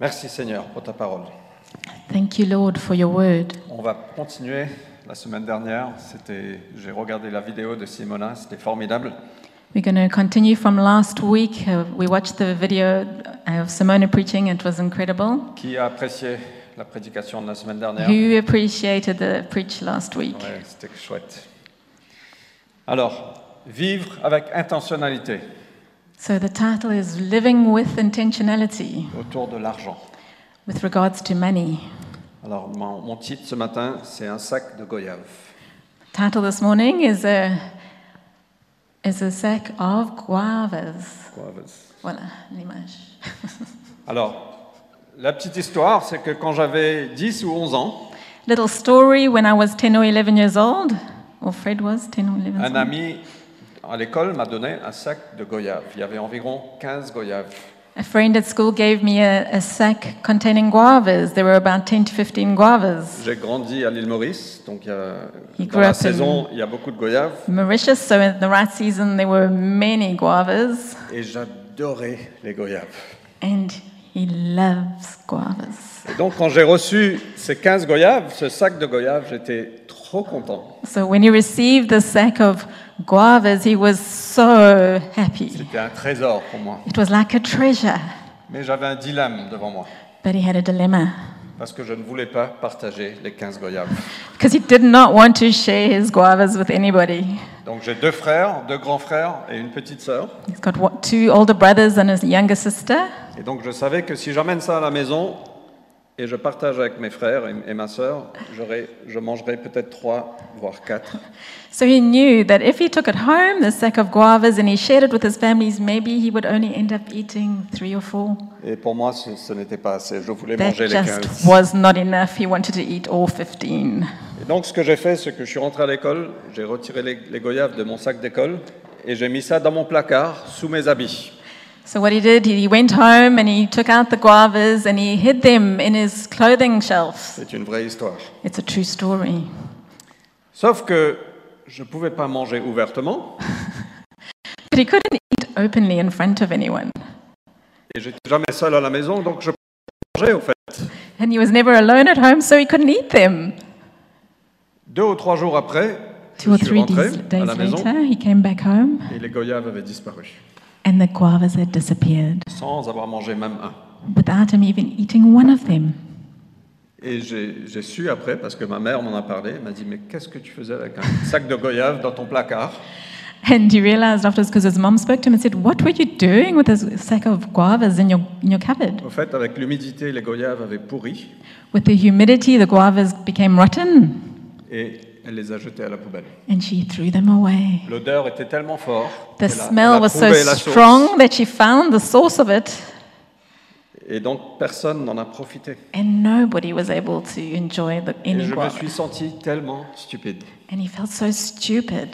Merci Seigneur pour ta parole. Thank you, Lord, for your word. On va continuer. La semaine dernière, c'était, j'ai regardé la vidéo de Simona, c'était formidable. We're going to continue from last week. Uh, we watched the video of Simona preaching, it was incredible. Qui a apprécié la prédication de la semaine dernière Who appreciated the preach last week? Ouais, C'était chouette. Alors, vivre avec intentionnalité So, the title is Living with Intentionality autour de l'argent. with regards to money. Alors, mon, mon titre ce matin, c'est un sac de goyave. Title this morning is a, is a sack of guavas. Goyaves. Voilà, l'image. Alors, la petite histoire, c'est que quand j'avais 10 ou 11 ans, Little story when I was 10 or 11 years old, or Fred was 10 or 11. years un old. ami à l'école m'a donné un sac de goyave. Il y avait environ 15 goyaves. A friend at school gave me a, a sack containing guavas. There were about 10 to 15 guavas. J'ai grandi à l'île Maurice, donc il y a- Il dans la grappe une- saison, il y a beaucoup de goyaves. Mauritius, so in the right season, there were many guavas, Et j'adorais les goyaves. and he loves guavas. Et donc quand j'ai reçu ces 15 goyaves, ce sac de goyaves, j'étais trop content. So when he received the sack of guavas, he was so happy. C'était un trésor pour moi. It was like a treasure, Mais j'avais un dilemme devant moi, but he had a dilemma parce que je ne voulais pas partager les 15 goyaves. because he did not want to share his guavas with anybody. Donc j'ai deux frères, deux grands frères et une petite sœur. He's got what, two older brothers and a younger sister. Et donc je savais que si j'amène ça à la maison et je partage avec mes frères et, et ma sœur, j'aurais- je mangerais peut-être trois, voire quatre. So he knew that if he took it home, the sack of guavas, and he shared it with his families, maybe he would only end up eating three or four. Et pour moi, ce, ce n'était pas assez. Je voulais That manger les just 15. was not enough. He wanted to eat all 15. Et donc, ce que j'ai fait, c'est que je suis rentré à l'école, j'ai retiré les, les goyaves de mon sac d'école et j'ai mis ça dans mon placard, sous mes habits. So what he did, he went home and he took out the guavas and he hid them in his clothing shelf. C'est une vraie histoire. It's a true story. Sauf que je ne pouvais pas manger ouvertement But he couldn't eat openly in front of anyone. et j'étais jamais seul à la maison, donc je mangeais au fait. And he was never alone at home, so he couldn't eat them. Deux ou trois jours après, Two je or suis three rentré days, à days la maison later, he came back home et les goyaves avaient disparu, and the guavas had disappeared. sans avoir mangé même un. without him even eating one of them. Et j'ai j'ai su après, parce que ma mère m'en a parlé, elle m'a dit Mais qu'est-ce que tu faisais avec un sac de goyaves dans ton placard And he realized afterwards because his mom spoke to him and said, What were you doing with this sack of guavas in your, in your cupboard? Au fait, avec l'humidité, les goyaves avaient pourri With the humidity, the guavas became rotten et elle les a jetés à la poubelle. and she threw them away. L'odeur était tellement forte. The qu'elle a- elle smell a was so trouvé la source. strong that she found the source of it Et donc, personne n'en a profité. and nobody was able to enjoy the, Et any je me guava. suis senti tellement stupide. And he felt so stupid.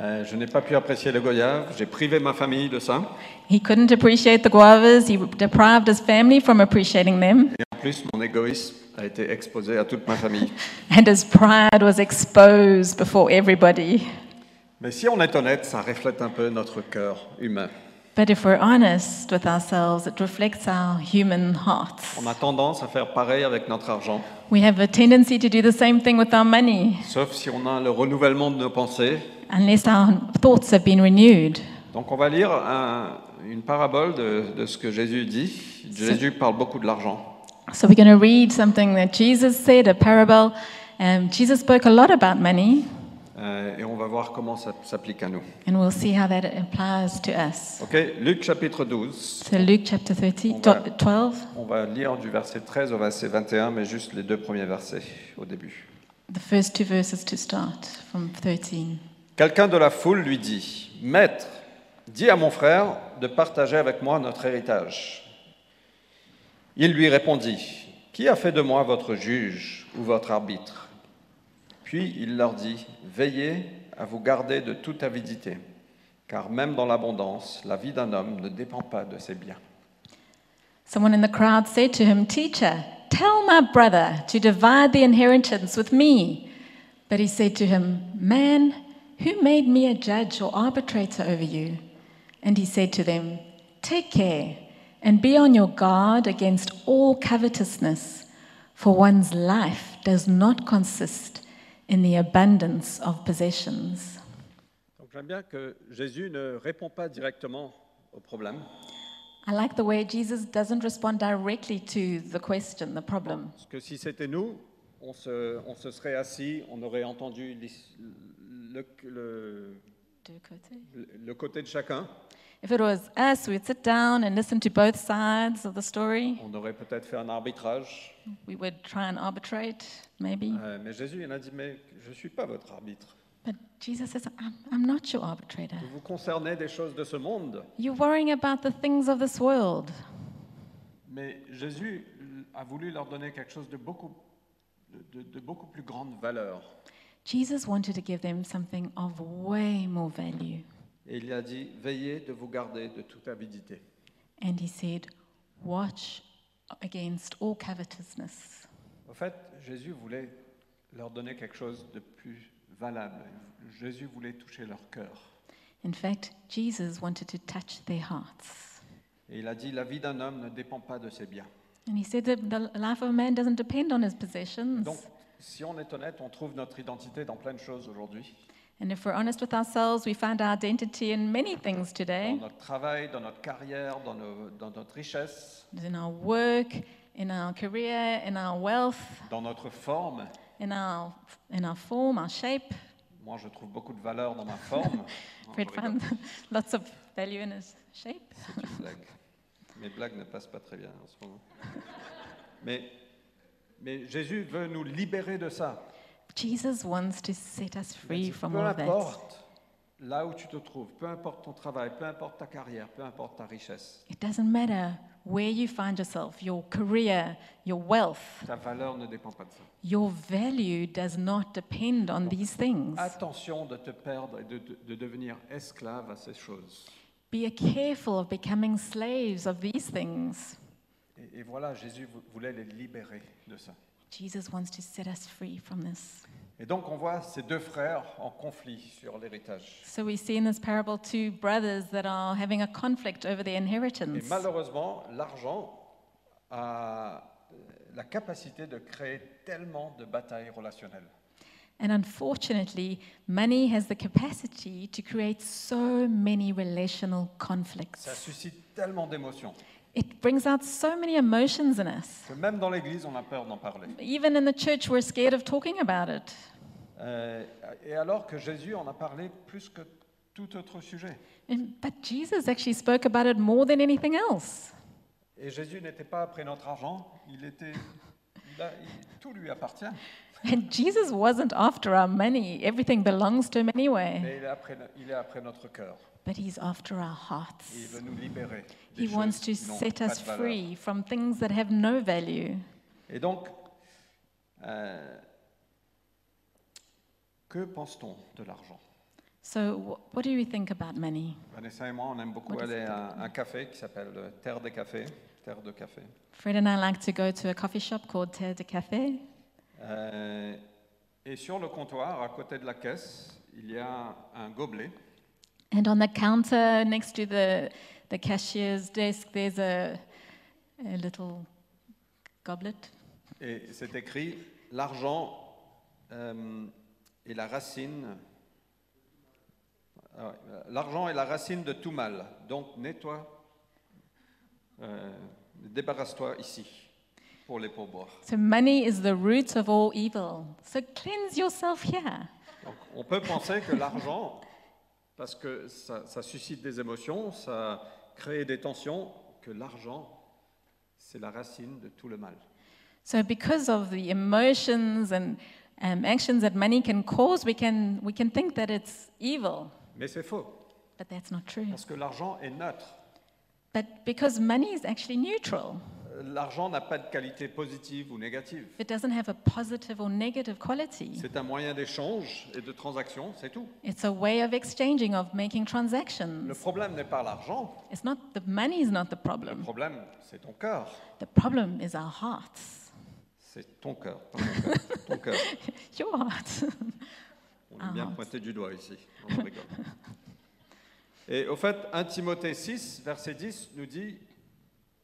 Euh, je n'ai pas pu apprécier les goyaves, j'ai privé ma famille de ça. He couldn't appreciate the guavas. He deprived his family from appreciating them. Et en plus, mon égoïsme a été exposé à toute ma famille. And his pride was exposed before everybody. Mais si on est honnête, ça reflète un peu notre cœur humain. But if we're honest with ourselves, it reflects our human hearts. On a tendance à faire pareil avec notre argent, We have a tendency to do the same thing with our money, sauf si on a le renouvellement de nos pensées. unless our thoughts have been renewed. Donc on va lire un- une parabole de, de ce que Jésus dit. Jésus parle beaucoup de l'argent. So we're going to read something that Jesus said, a parable. Um, Jesus spoke a lot about money, Euh, et on va voir comment ça s'applique à nous. and we'll see how that applies to us. Ok, Luc chapitre 12. So Luke chapter 13, Okay. 12, On va lire du verset 13 au verset 21, mais juste les deux premiers versets au début. the first two verses to start from 13. Quelqu'un de la foule lui dit, Maître, dis à mon frère de partager avec moi notre héritage. Il lui répondit, Qui a fait de moi votre juge ou votre arbitre Puis il leur dit, Veillez à vous garder de toute avidité, car même dans l'abondance, la vie d'un homme ne dépend pas de ses biens. Someone in the crowd said to him, Teacher, tell my brother to divide the inheritance with me. But he said to him, Man, who made me a judge or arbitrator over you? And he said to them, Take care And be on your guard against all covetousness, for one's life does not consist in the abundance of possessions. Donc j'aime bien que Jésus ne répond pas directement au problème. I like the way Jesus doesn't respond directly to the question, the problem. Parce que si c'était nous, on se, on se serait assis, on aurait entendu l'is- le, le- le côté de chacun, If it was us, we'd sit down and listen to both sides of the story. on aurait peut-être fait un arbitrage. We would try and arbitrate, maybe. Euh, mais Jésus, il a dit, mais je ne suis pas votre arbitre. But Jesus says, I'm, I'm not your arbitrator. Vous vous concernez des choses de ce monde. You're worrying about the things of this world. Mais Jésus euh, a voulu leur donner quelque chose de beaucoup, de, de beaucoup plus grande valeur. Jesus wanted to give them something of way more value. Et il a dit, veillez de vous garder de toute avidité. And he said, Watch against all covetousness. En fait, Jésus voulait leur donner quelque chose de plus valable. Jésus voulait toucher leur cœur. In fact, Jesus wanted to touch their hearts. Et il a dit, la vie d'un homme ne dépend pas de ses biens. And he said that the life of a man doesn't depend on his possessions. Donc, si on est honnête, on trouve notre identité dans plein de choses aujourd'hui. And if we're honest with ourselves, we find our identity in many Dans things today notre travail, dans notre carrière, dans, nos- dans notre richesse, in our work, in our career, in our wealth, dans notre forme. in our, in our form, our shape. Moi, je trouve beaucoup de valeur dans ma forme. Non, je Fred rigole. found lots of value in his shape. C'est une blague. Mes blagues ne passent pas très bien en ce moment. Mais, mais Jésus veut nous libérer de ça. Jesus wants to set us Il a dit, free from peu all of that. importe là où tu te trouves, peu importe ton travail, peu importe ta carrière, peu importe ta richesse, It doesn't matter where you find yourself, your career, your wealth, ta valeur ne dépend pas de ça. your value does not depend on these things. Attention de te perdre et de, de- de devenir esclave à ces choses. Be careful of becoming slaves of these things. Et, et voilà, Jésus vou- voulait les libérer de ça. Jesus wants to set us free from this. Et donc on voit ces deux frères en conflit sur l'héritage. So we see in this parable two brothers that are having a conflict over their Et inheritance. malheureusement, l'argent a euh, la capacité de créer tellement de batailles relationnelles. And unfortunately, money has the capacity to create so many relational Ça conflicts. suscite tellement d'émotions It brings out so many emotions in us. que même dans l'Église, on a peur d'en parler. Even in the church, we're scared of talking about it. Euh, et alors que Jésus en a parlé plus que tout autre sujet. And- but Jesus actually spoke about it more than anything else. Et Jésus n'était pas après notre argent, il était... il a- il- tout lui appartient, And Jesus wasn't after our money, everything belongs to him anyway. mais il est après, il est après notre cœur. But he's after our hearts. Et il veut nous libérer. des He wants to choses qui n'ont set pas us de valeur. free from things that have no value. Et donc, euh, que pense-t-on de l'argent So, wh- what do we think about money? Vanessa et moi, on aime beaucoup What is aller it? à un café qui s'appelle euh, Terre des Cafés. Terre de Café. Fred and I like to go to a coffee shop called Terre de Café. Euh, et sur le comptoir, à côté de la caisse, il y a un gobelet. And on the counter next to the, the cashier's desk, there's a, a little goblet. Et c'est écrit L'argent euh, est la racine. Ah ouais, euh, L'argent est la racine de tout mal. Donc nettoie, euh, débarrasse-toi ici pour les pourboires. So, money is the root of all evil. So, cleanse yourself here. Donc, on peut penser que l'argent, parce que ça, ça suscite des émotions, ça crée des tensions, que l'argent, c'est la racine de tout le mal. So, because of the emotions and um, actions that money can cause, we can, we can think that it's evil. Mais c'est faux, But that's not true. parce que l'argent est neutre. But because money is actually neutral, L'argent n'a pas de qualité positive ou négative. it doesn't have a positive or negative quality. C'est un moyen d'échange et de transaction, c'est tout. It's a way of exchanging, of making Le transactions. problème n'est pas l'argent, It's not the money is not the le problem. problème c'est ton cœur. The problem is our hearts. C'est ton cœur, pas mon cœur, ton cœur. Your heart. On est bien pointé du doigt ici. On en rigole. Et au fait, 1 Timothée 6, verset 10 nous dit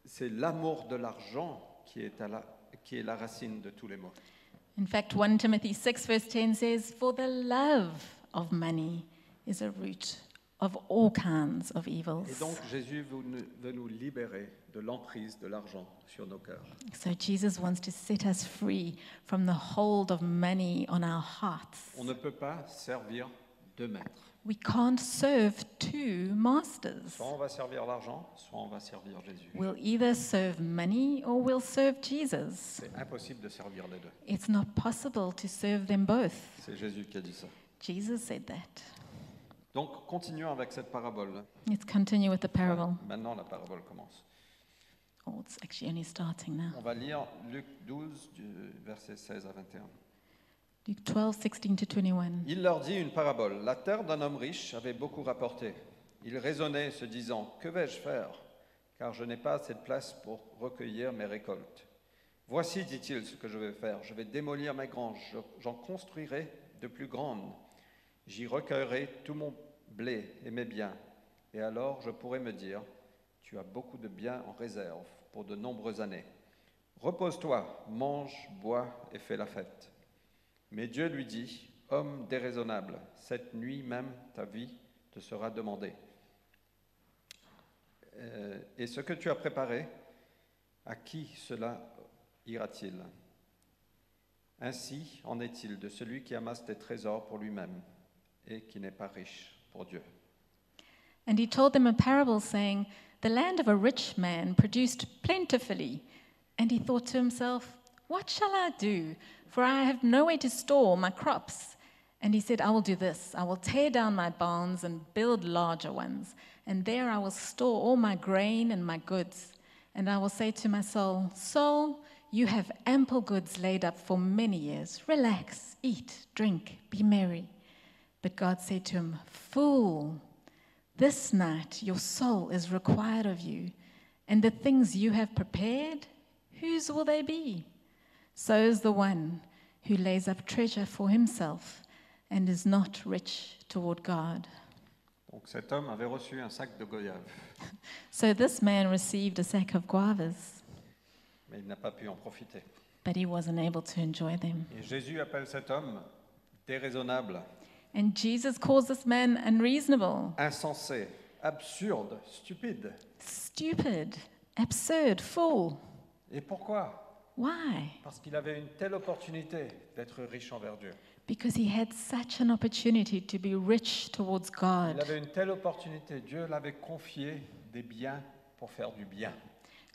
c'est l'amour de l'argent qui est, à la, qui est la racine de tous les maux. In fact, 1 Timothy 6, verse 10 says, For the love of money is a root of all kinds of Et evils. donc Jésus veut nous- veut nous libérer de l'emprise de l'argent sur nos cœurs. So Jesus wants to set us free from the hold of money on our hearts. On ne peut pas servir deux maîtres. We can't serve two masters. Soit on va servir l'argent, soit on va servir Jésus. We'll either serve money or we'll serve Jesus. C'est impossible de servir les deux. It's not possible to serve them both. C'est Jésus qui a dit ça. Jesus said that. Donc continuons avec cette parabole. Let's continue with the parable. Maintenant la parabole commence. Oh, it's actually only starting On now. va lire Luc 12, du verset 16 à 21. Luke 12, 16 to 21. Il leur dit une parabole. La terre d'un homme riche avait beaucoup rapporté. Il raisonnait, se disant Que vais-je faire Car je n'ai pas assez de place pour recueillir mes récoltes. Voici, dit-il, ce que je vais faire. Je vais démolir mes granges. Je- J'en construirai de plus grandes. J'y recueillerai tout mon blé et mes biens. Et alors je pourrai me dire Tu as beaucoup de biens en réserve pour de nombreuses années. Repose-toi, mange, bois et fais la fête. Mais Dieu lui dit, Homme déraisonnable, cette nuit même ta vie te sera demandée. Euh, et ce que tu as préparé, à qui cela ira-t-il Ainsi en est-il de celui qui amasse des trésors pour lui-même et qui n'est pas riche pour Dieu. And he told them a parable, saying, The land of a rich man produced plentifully. And he thought to himself, What shall I do? For I have nowhere to store my crops. And he said, I will do this. I will tear down my barns and build larger ones. And there I will store all my grain and my goods. And I will say to my soul, Soul, you have ample goods laid up for many years. Relax, eat, drink, be merry. But God said to him, Fool, this night your soul is required of you, and the things you have prepared, whose will they be? So is the one who lays up treasure for himself and is not rich toward God. Donc cet homme avait reçu un sac de goyave, So this man received a sack of guavas, mais il n'a pas pu en profiter. but he wasn't able to enjoy them. Et Jésus appelle cet homme déraisonnable, And Jesus calls this man unreasonable, insensé, absurde, stupide. stupid, absurd, fool. Et pourquoi Why? Parce qu'il avait une telle opportunité d'être riche envers Dieu. Because he had such an opportunity to be rich towards God. Il avait une telle opportunité. Dieu l'avait confié des biens pour faire du bien.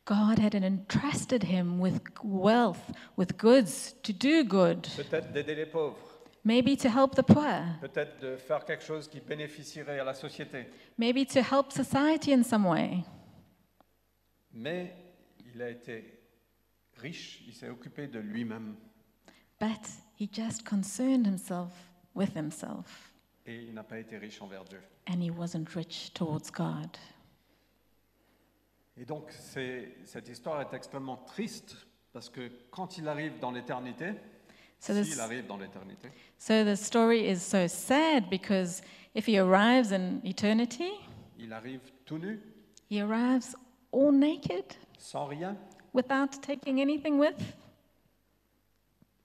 God had entrusted him with wealth, with goods to do good, Peut-être d'aider les pauvres. maybe to help the poor, Peut-être de faire quelque chose qui bénéficierait à la société. maybe to help society in some way. Mais il a été riche. Il s'est occupé de lui-même. But he just concerned himself with himself, Et il n'a pas été riche envers Dieu. and he wasn't rich towards God. Et donc, c'est- cette histoire est extrêmement triste. Parce que quand il arrive dans l'éternité, So s'il this, arrive dans l'éternité, so the story is so sad because if he arrives in eternity, il arrive tout nu, he arrives all naked sans rien. without taking anything with.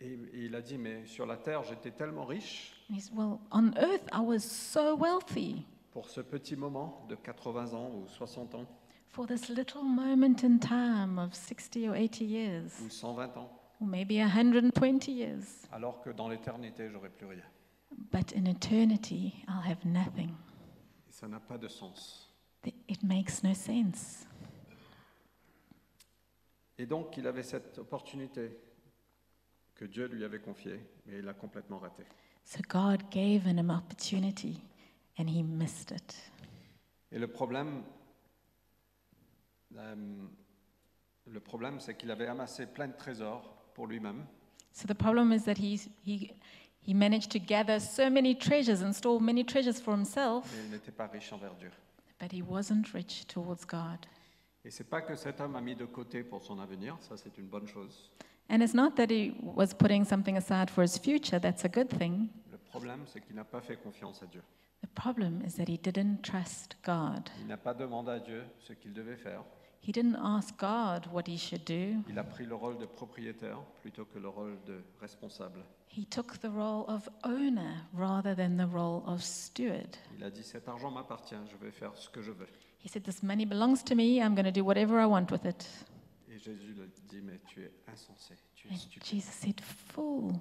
Et il a dit, mais sur la terre, j'étais tellement riche And he's, well, on earth I was so wealthy. pour ce petit moment de 80 ans ou 60 ans For this little moment in time of 60 or 80 years, ou 120 ans, or maybe 120 years, alors que dans l'éternité, j'aurai plus rien. but in eternity I'll have nothing. Et ça n'a pas de sens. Th- It makes no sense. Et donc, il avait cette opportunité que Dieu lui avait confiée, mais il l'a complètement ratée. So God gave him an opportunity and he missed it. Et le problème, euh, le problème, c'est qu'il avait amassé plein de trésors pour lui-même, So the problem is that he, he, he managed to gather so many treasures and store many treasures for himself, mais il n'était pas riche envers Dieu. but he wasn't rich towards God. Et c'est pas que cet homme a mis de côté pour son avenir, ça c'est une bonne chose. And it's not that he was putting something aside for his future, that's a good thing. Le problème, c'est qu'il n'a pas fait confiance à Dieu. The problem is that he didn't trust God. Il n'a pas demandé à Dieu ce qu'il devait faire. He didn't ask God what he should do. Il a pris le rôle de propriétaire plutôt que le rôle de responsable. He took the role of owner rather than the role of steward. Il a dit Cet argent m'appartient, je vais faire ce que je veux. He said, This money belongs to me. I'm going to do whatever I want with it. Et Jésus lui dit Mais tu es insensé, tu es And stupide. Jesus said, Fool.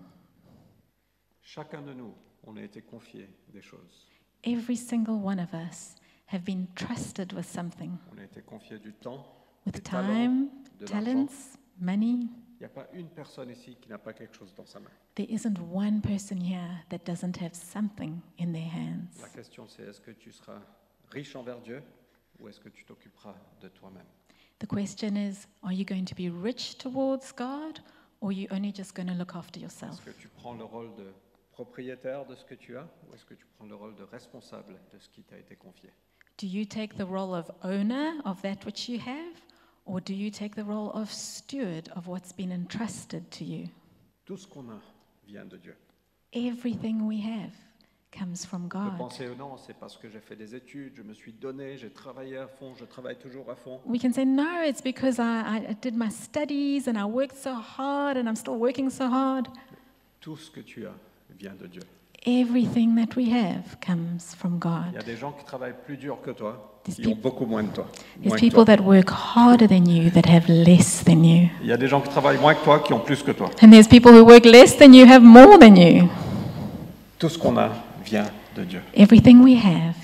Chacun de nous, on a été confié des choses. Every single one of us have been trusted with something On a été confié du temps, des with talents, time, de l'argent. talents, money. Il n'y a pas une personne ici qui n'a pas quelque chose dans sa main. There isn't one person here that doesn't have something in their hands. La question c'est est-ce que tu seras riche envers Dieu ou est-ce que tu t'occuperas de toi-même The question is are you going to be rich towards God or are you only just going to look after Est-ce yourself? que tu prends le rôle de propriétaire de ce que tu as ou est-ce que tu prends le rôle de responsable de ce qui t'a été confié Do you take the role of owner of that which you have or do you take the role of steward of what's been entrusted to you? Tout ce qu'on a vient de Dieu. Everything we have comes from De God. penser ou non, c'est parce que j'ai fait des études, je me suis donné, j'ai travaillé à fond, je travaille toujours à fond. We can say, no, it's because I, I did my studies and I worked so hard and I'm still working so hard. Tout ce que tu as vient de Dieu. Everything that we have comes from Il y a God. des gens qui travaillent plus dur que toi, These qui ont peop- beaucoup moins de toi. moins There's que people toi. that work harder than you that have less than you. Il y a des gens qui travaillent moins que toi, qui ont plus que toi. And there's people who work less than you have more than you. Tout ce qu'on a vient de Dieu. Everything we have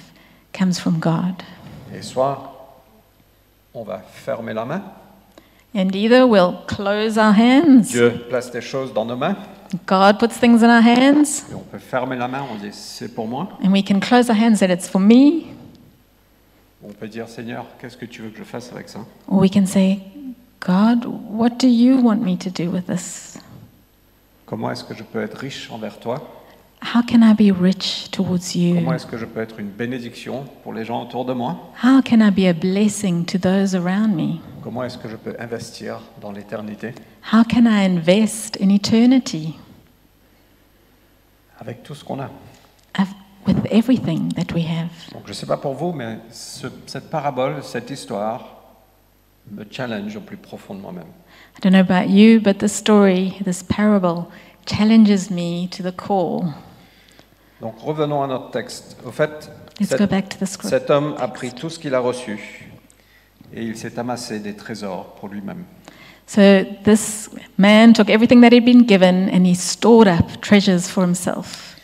comes from God. Et soit on va fermer la main, And either we'll close our hands, Dieu place des choses dans nos mains, God puts things in our hands, et on peut fermer la main, on dit c'est pour moi. and we can close our hands that it's for me, On peut dire Seigneur, qu'est-ce que tu veux que je fasse avec ça Or we can say, God, what do you want me to do with this? Comment est-ce que je peux être riche envers toi How can I be rich Comment towards you? est-ce que je peux être une bénédiction pour les gens autour de moi How can I be a blessing to those around me? Comment est-ce que je peux investir dans l'éternité How can I invest in eternity avec tout ce qu'on a I've- with everything that we have? Donc je ne sais pas pour vous, mais ce- cette parabole, cette histoire me challenge au plus profond de moi-même. I don't know about you, but this story, this parable, challenges me to the core. Donc revenons à notre texte. Au fait, Let's cette- go back to the script. Cet homme a pris tout ce qu'il a reçu et il s'est amassé des trésors pour lui-même. So, this man took everything that he'd been given and he stored up treasures for himself.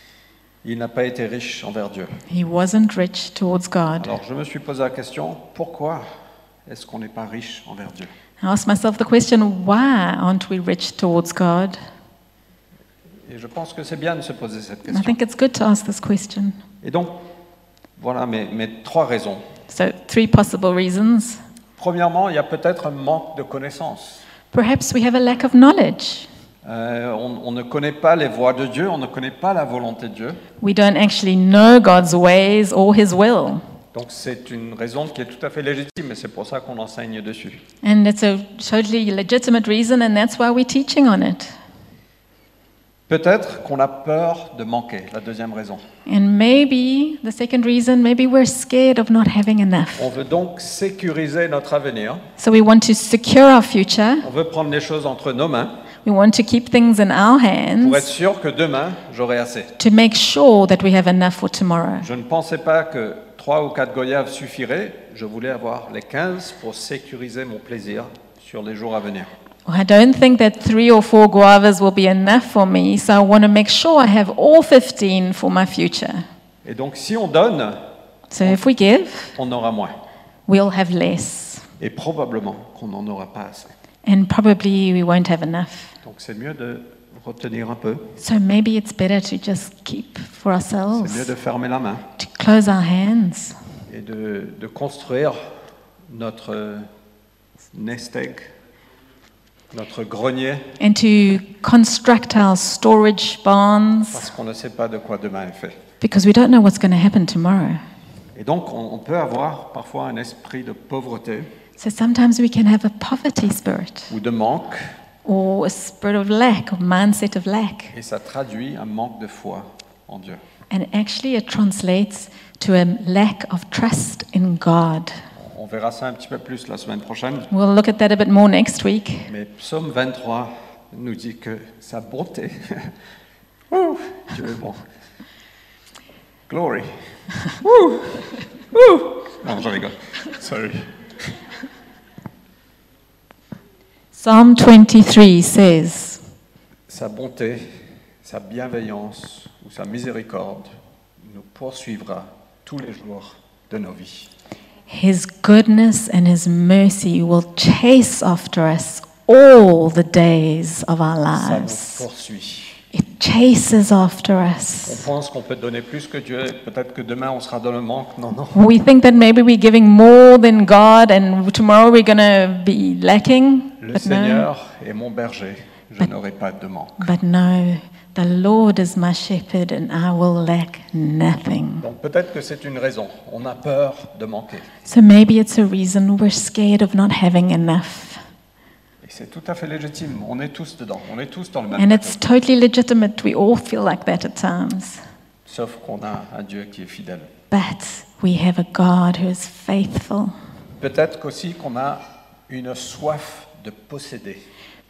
Il n'a pas été riche envers Dieu. He wasn't rich towards God. Alors je me suis posé la question, pourquoi est-ce qu'on n'est pas riche envers Dieu I asked myself the question, why aren't we rich towards God? Et je pense que c'est bien de se poser cette And I question. think it's good to ask this question. Et donc, voilà mes, mes trois raisons. So, three possible reasons. Premièrement, il y a peut-être un manque de connaissances. Perhaps we have a lack of knowledge. Euh, on, on ne connaît pas les voies de Dieu, on ne connaît pas la volonté de Dieu. We don't actually know God's ways or His will. Donc c'est une raison qui est tout à fait légitime et c'est pour ça qu'on enseigne dessus. And it's a totally legitimate reason, and that's why we're teaching on it. Peut-être qu'on a peur de manquer, la deuxième raison. And maybe the second reason, maybe we're scared of not having enough. On veut donc sécuriser notre avenir. So, we want to secure our future, On veut prendre les choses entre nos mains we want to keep things in our pour être hands sûr que demain, j'aurai assez. to make sure that we have enough for tomorrow. Je ne pensais pas que 3 ou 4 goyaves suffiraient. Je voulais avoir les 15 pour sécuriser mon plaisir sur les jours à venir. Well, I don't think that three or four guavas will be enough for me, so I want to make sure I have all 15 for my future. Et donc, si on donne, So if we give, on aura moins. we'll have less, Et probablement qu'on n'en aura pas assez. and probably we won't have enough. Donc, c'est mieux de retenir un peu. So maybe it's better to just keep for C'est mieux ourselves, de fermer la main to close our hands, et de, de construire notre euh, nest egg, notre grenier and to construct our storage barns parce qu'on ne sait pas de quoi demain est fait. because we don't know what's going to happen tomorrow. Et donc, on, on peut avoir parfois un esprit de pauvreté So sometimes we can have a poverty spirit ou de manque, or a spirit of lack, or mindset of lack. et ça traduit un manque de foi en Dieu. And actually, it translates to a lack of trust in God. On verra ça un petit peu plus la semaine prochaine. We'll look at that a bit more next week. Mais Psaume 23 nous dit que sa bonté, Ouh, Dieu est bon. Glory. Ouh, ouh. Non, je rigole. Sorry. Psalm 23 says, Sa bonté, sa bienveillance ou sa miséricorde nous poursuivra tous les jours de nos vies. His goodness and his mercy will chase after us all the days of our Ça lives. nous poursuit. It chases after On us. pense qu'on peut donner plus que Dieu, et peut-être que demain on sera dans le manque. Non, non. We think that maybe we're giving more than God and tomorrow we're going to be lacking. Le But no, Seigneur est mon berger, je n'aurai pas de manque. but no, the Lord is my shepherd and I will lack nothing. Donc peut-être que c'est une raison. On a peur de manquer. So maybe it's a reason we're scared of not having enough. Et c'est tout à fait légitime. On est tous dedans. On est tous dans le même And bateau. it's totally legitimate. We all feel like that at times. Sauf qu'on a un Dieu qui est fidèle. But we have a God who is faithful. Peut-être qu'aussi qu'on a une soif de posséder.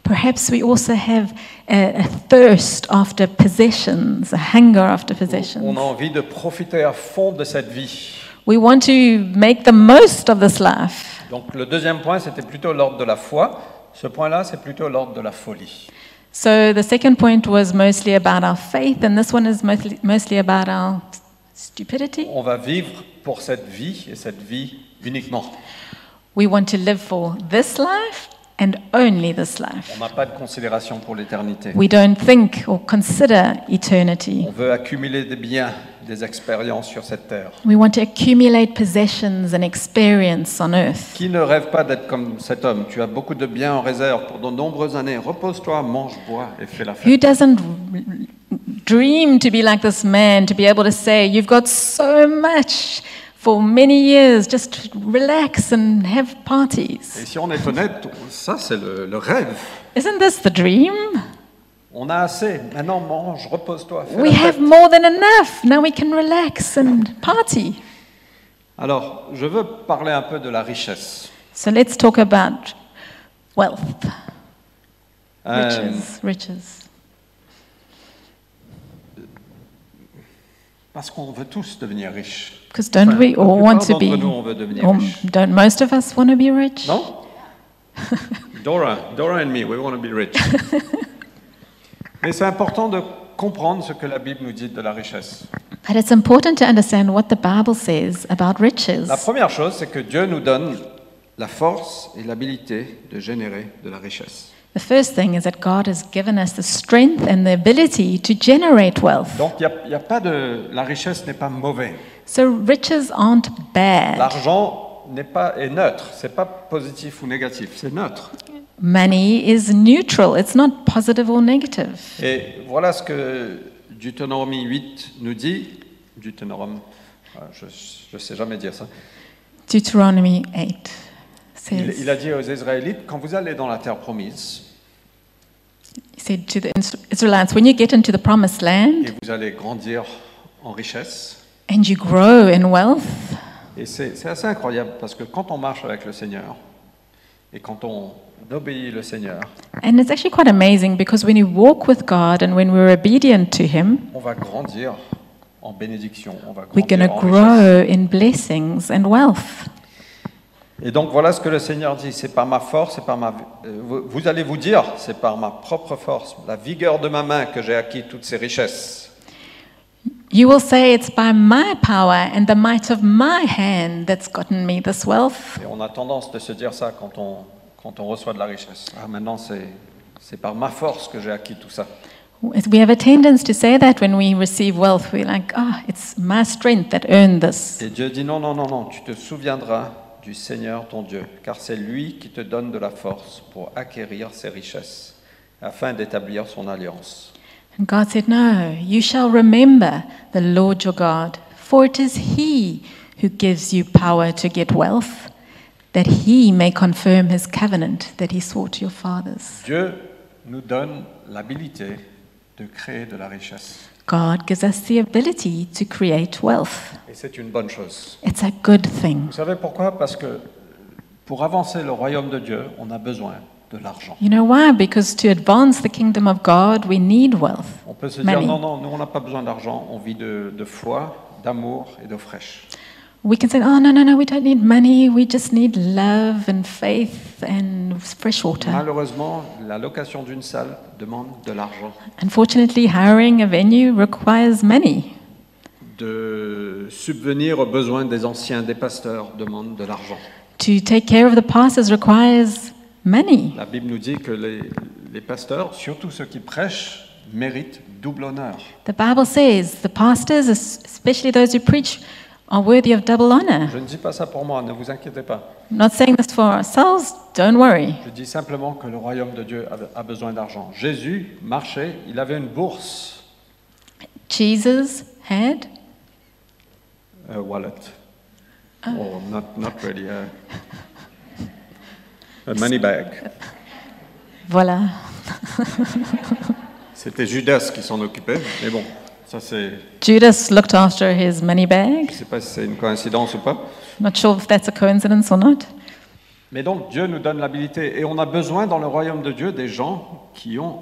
Perhaps we also have a, a thirst after possessions, a hunger after On possessions. a envie de profiter à fond de cette vie. We want to make the most of this life. Donc le deuxième point, c'était plutôt l'ordre de la foi. Ce point-là, c'est plutôt l'ordre de la folie. So the second point was mostly about our faith, and this one is mostly, mostly about our stupidity. On va vivre pour cette vie et cette vie uniquement. We want to live for this life and only this On life. n'a pas de considération pour l'éternité. We don't think or consider eternity. On veut accumuler des biens, des expériences sur cette terre. We want to accumulate possessions and experience on earth. Qui ne rêve pas d'être comme cet homme Tu as beaucoup de biens en réserve pour de nombreuses années. Repose-toi, mange, bois et fais la Who fête. doesn't dream to be like this man, to be able to say, You've got so much for many years, just relax and have Et parties? si on est honnête, ça c'est le, le rêve. Isn't this the dream? On a assez. Maintenant, mange, repose-toi. fais We la fête. have more than enough. Now we can relax and party. Alors, je veux parler un peu de la richesse. So let's talk about wealth, Euh, riches, riches. parce qu'on veut tous devenir riches. Because don't we la all want to plupart be, d'entre nous, on veut devenir or riche. don't most of us want to be rich? Non Dora, Dora and me, we want to be rich. Mais c'est important de comprendre ce que la Bible nous dit de la richesse. But it's important to understand what the Bible says about riches. La première chose, c'est que Dieu nous donne la force et l'habilité de générer de la richesse. The first thing is that God has given us the strength and the ability to generate wealth. Donc, il y a- il y a pas de, la richesse n'est pas mauvaise. So riches aren't bad. L'argent n'est pas est neutre. C'est pas positif ou négatif. C'est neutre. Money is neutral, it's not positive or negative. Et voilà ce que Deutéronome 8 nous dit. Deutéronome, euh, je ne sais jamais dire ça. Deuteronomy 8 Il, says, il a dit aux Israélites quand vous allez dans la terre promise he said to the Is- Israelites, when you get into the promised et land vous allez grandir en richesse. and you grow in wealth, Et c'est c'est assez incroyable parce que quand on marche avec le Seigneur et quand on obéit le Seigneur, and it's actually quite amazing because when you walk with God and when we're obedient to Him, on va grandir en bénédiction. On va we're going grandir to en richesse. grow euh, in blessings and wealth. Et donc voilà ce que le Seigneur dit, c'est par ma force, c'est par ma... euh, Vous vous allez vous dire, c'est par ma propre force, la vigueur de ma main que j'ai acquis toutes ces richesses. You will say, It's by my power and the might of my hand that's gotten me this wealth. Et on a tendance de se dire ça quand on, quand on reçoit de la richesse. Ah, maintenant c'est, c'est par ma force que j'ai acquis tout ça. We have a tendency to say that when we receive wealth. We're like, Oh, it's my strength that earned this. Et Dieu dit non, non, non, non, tu te souviendras du Seigneur ton Dieu, car c'est lui qui te donne de la force pour acquérir ces richesses, afin d'établir son alliance. And God said, No, you shall remember the Lord your God, for it is He who gives you power to get wealth, that He may confirm His covenant that He swore to your fathers. Dieu nous donne l'habilité de créer de la richesse. God gives us the ability to create wealth. Et c'est une bonne chose. It's a good thing. Vous savez pourquoi Parce que Pour avancer le royaume de Dieu, on a besoin de l'argent. You know why? Because to advance the kingdom of God, we need wealth. On peut se Money. dire, non, non, nous, on n'a pas besoin d'argent, on vit de, de foi, d'amour et d'eau fraîche. We can say, oh, no, no, no, we don't need money. We just need love and faith and fresh water. Malheureusement, la location d'une salle demande de l'argent, Unfortunately, hiring a venue requires money. de subvenir aux besoins des anciens, des pasteurs, demande de l'argent. To take care of the pastors requires money. La Bible nous dit que les, les pasteurs, surtout ceux qui prêchent, méritent double honneur. The Bible says the pastors, es- especially those who preach, are worthy of double honor. Je ne dis pas ça pour moi, ne vous inquiétez pas. I'm not saying this for ourselves, don't worry. Je dis simplement que le royaume de Dieu a- a besoin d'argent. Jésus marchait, il avait une bourse, Jesus had a wallet. Oh, not, not really, a, a money bag. Voilà. C'était Judas qui s'en occupait, mais bon, ça c'est, Judas looked after his money je bag. sais pas si c'est une coïncidence ou pas. Not sure if that's a coincidence or not. Mais donc Dieu nous donne l'habilité, et on a besoin dans le royaume de Dieu des gens qui ont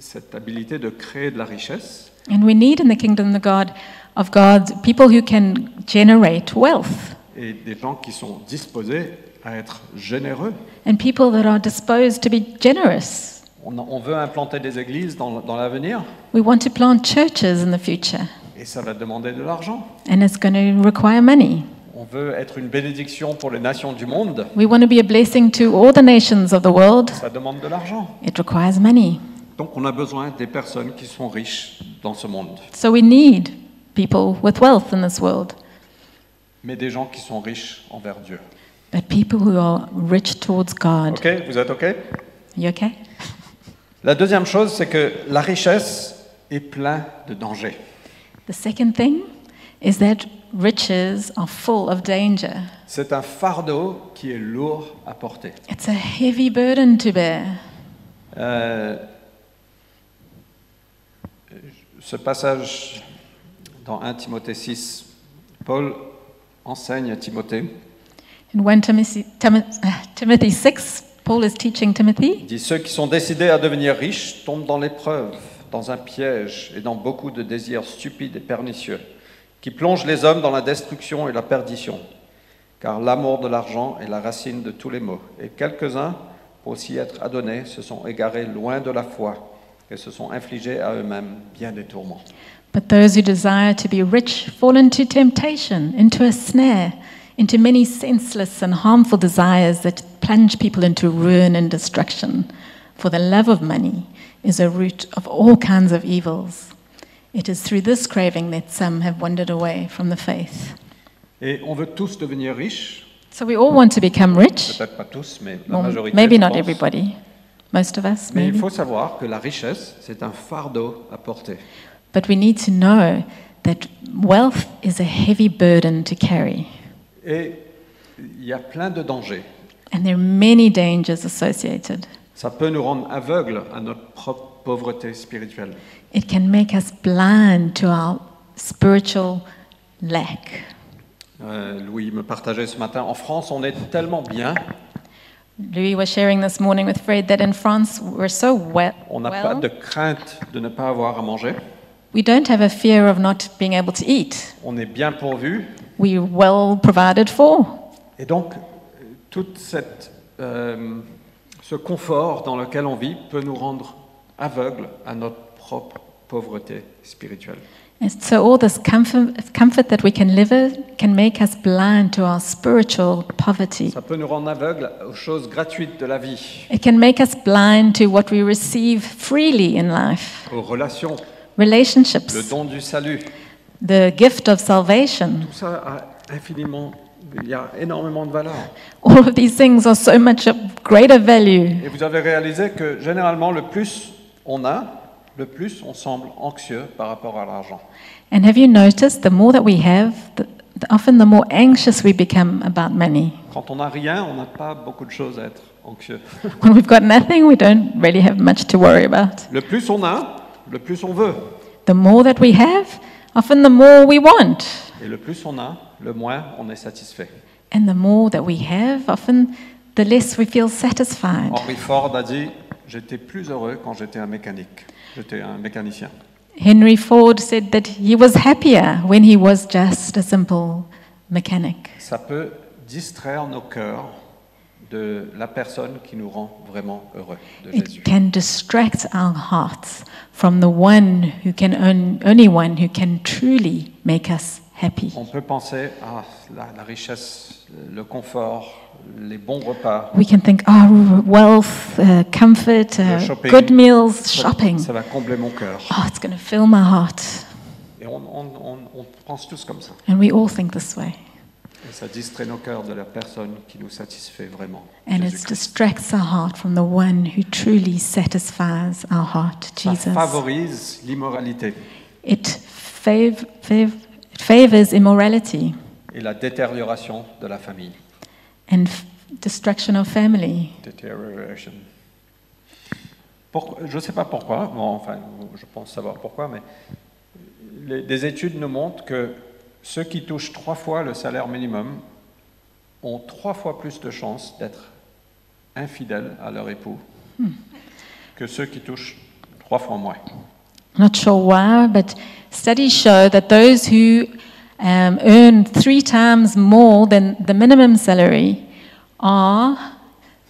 cette habilité de créer de la richesse And we need in the kingdom of God, of God, people who can generate wealth et des gens qui sont disposés à être généreux. and people that are disposed to be generous. On, on veut implanter des églises dans, dans l'avenir We want to plant churches in the future, et ça va demander de l'argent. and it's going to require money. On veut être une bénédiction pour les nations du monde, We want to be a blessing to all the nations of the world. ça demande de l'argent. It requires money. Donc on a besoin des personnes qui sont riches dans ce monde, So we need people with wealth in this world, mais des gens qui sont riches envers Dieu. but people who are rich towards God. Ok, vous êtes ok You okay? La deuxième chose, c'est que la richesse est pleine de dangers. The second thing is that riches are full of danger. C'est un fardeau qui est lourd à porter. It's a heavy burden to bear. Euh, ce passage dans 1 Timothée 6, Paul enseigne à Timothée, In 1 Timothy, Timoth- uh, Timothy 6, Paul is teaching Timothy il dit Ceux qui sont décidés à devenir riches tombent dans l'épreuve, dans un piège et dans beaucoup de désirs stupides et pernicieux, qui plongent les hommes dans la destruction et la perdition. Car l'amour de l'argent est la racine de tous les maux, et quelques-uns, pour s'y être adonnés, se sont égarés loin de la foi et se sont infligés à eux-mêmes bien des tourments. But those who desire to be rich fall into temptation, into a snare, into many senseless and harmful desires that plunge people into ruin and destruction. For the love of money is a root of all kinds of evils. It is through this craving that some have wandered away from the faith. Et on veut tous devenir riches, So we all want to become rich. peut-être pas tous, mais la Well, majorité. maybe je not pense. everybody. Most of us, Mais il maybe. faut savoir que la richesse, c'est un fardeau à porter. But we need to know that wealth is a heavy burden to carry, Et il y a plein de dangers. and there are many dangers associated. Ça peut nous rendre aveugles à notre propre pauvreté spirituelle. It can make us blind to our spiritual lack. Euh, Louis me partageait ce matin, en France, on est tellement bien, Louis was sharing this morning with Fred that in France we're so we- on n'a well, pas de crainte de ne pas avoir à manger, we don't have a fear of not being able to eat. on est bien pourvu. We're well provided for. Et donc, euh, toute cette, euh, ce confort dans lequel on vit peut nous rendre aveugles à notre propre pauvreté spirituelle. And so all this comfort, comfort that we can live in can make us blind to our spiritual poverty. Ça peut nous rendre aveugles aux choses gratuites de la vie, It can make us blind to what we receive freely in life aux relations, le relationships, don du salut. the gift of salvation. Tout ça a infiniment, il y a énormément de valeur. All of these things are so much of greater value. Et vous avez réalisé que généralement, le plus on a, le plus on semble anxieux par rapport à l'argent. And have you noticed the more that we have, the, the- often the more anxious we become about money? Quand on n'a rien, on n'a pas beaucoup de choses à être anxieux. When we've got nothing, we don't really have much to worry about. Le plus on a, le plus on veut. The more that we have, often the more we want. Et le plus on a, le moins on est satisfait. And the more that we have, often the less we feel satisfied. Henry Ford a dit J'étais plus heureux quand j'étais un mécanique. J'étais un mécanicien. Henry Ford said that he was happier when he was just a simple mechanic. Ça peut distraire nos cœurs de la personne qui nous rend vraiment heureux, de Jésus. It can distract our hearts from the one who can on- only one who can truly make us happy. On peut penser à la, la richesse, le confort, les bons repas. We can think, oh, wealth, uh, comfort, uh, shopping. good meals, Ça- shopping. Ça va combler mon cœur. Oh, it's going to fill my heart. Et on, on- on- on pense tous comme ça. And we all think this way. Et ça distrait nos cœurs de la personne qui nous satisfait vraiment. And it Jésus-Christ. distracts our heart from the one who truly satisfies our heart, Ça Jesus. favorise l'immoralité It, fav- fav- it favors immorality et la détérioration de la famille. and f- destruction of family. Deterioration. Pour- je ne sais pas pourquoi, bon, enfin, je pense savoir pourquoi, mais les- des études nous montrent que ceux qui touchent trois fois le salaire minimum ont trois fois plus de chances d'être infidèles à leur époux Hmm. que ceux qui touchent trois fois moins. Not sure why, but studies show that those who um, earn three times more than the minimum salary are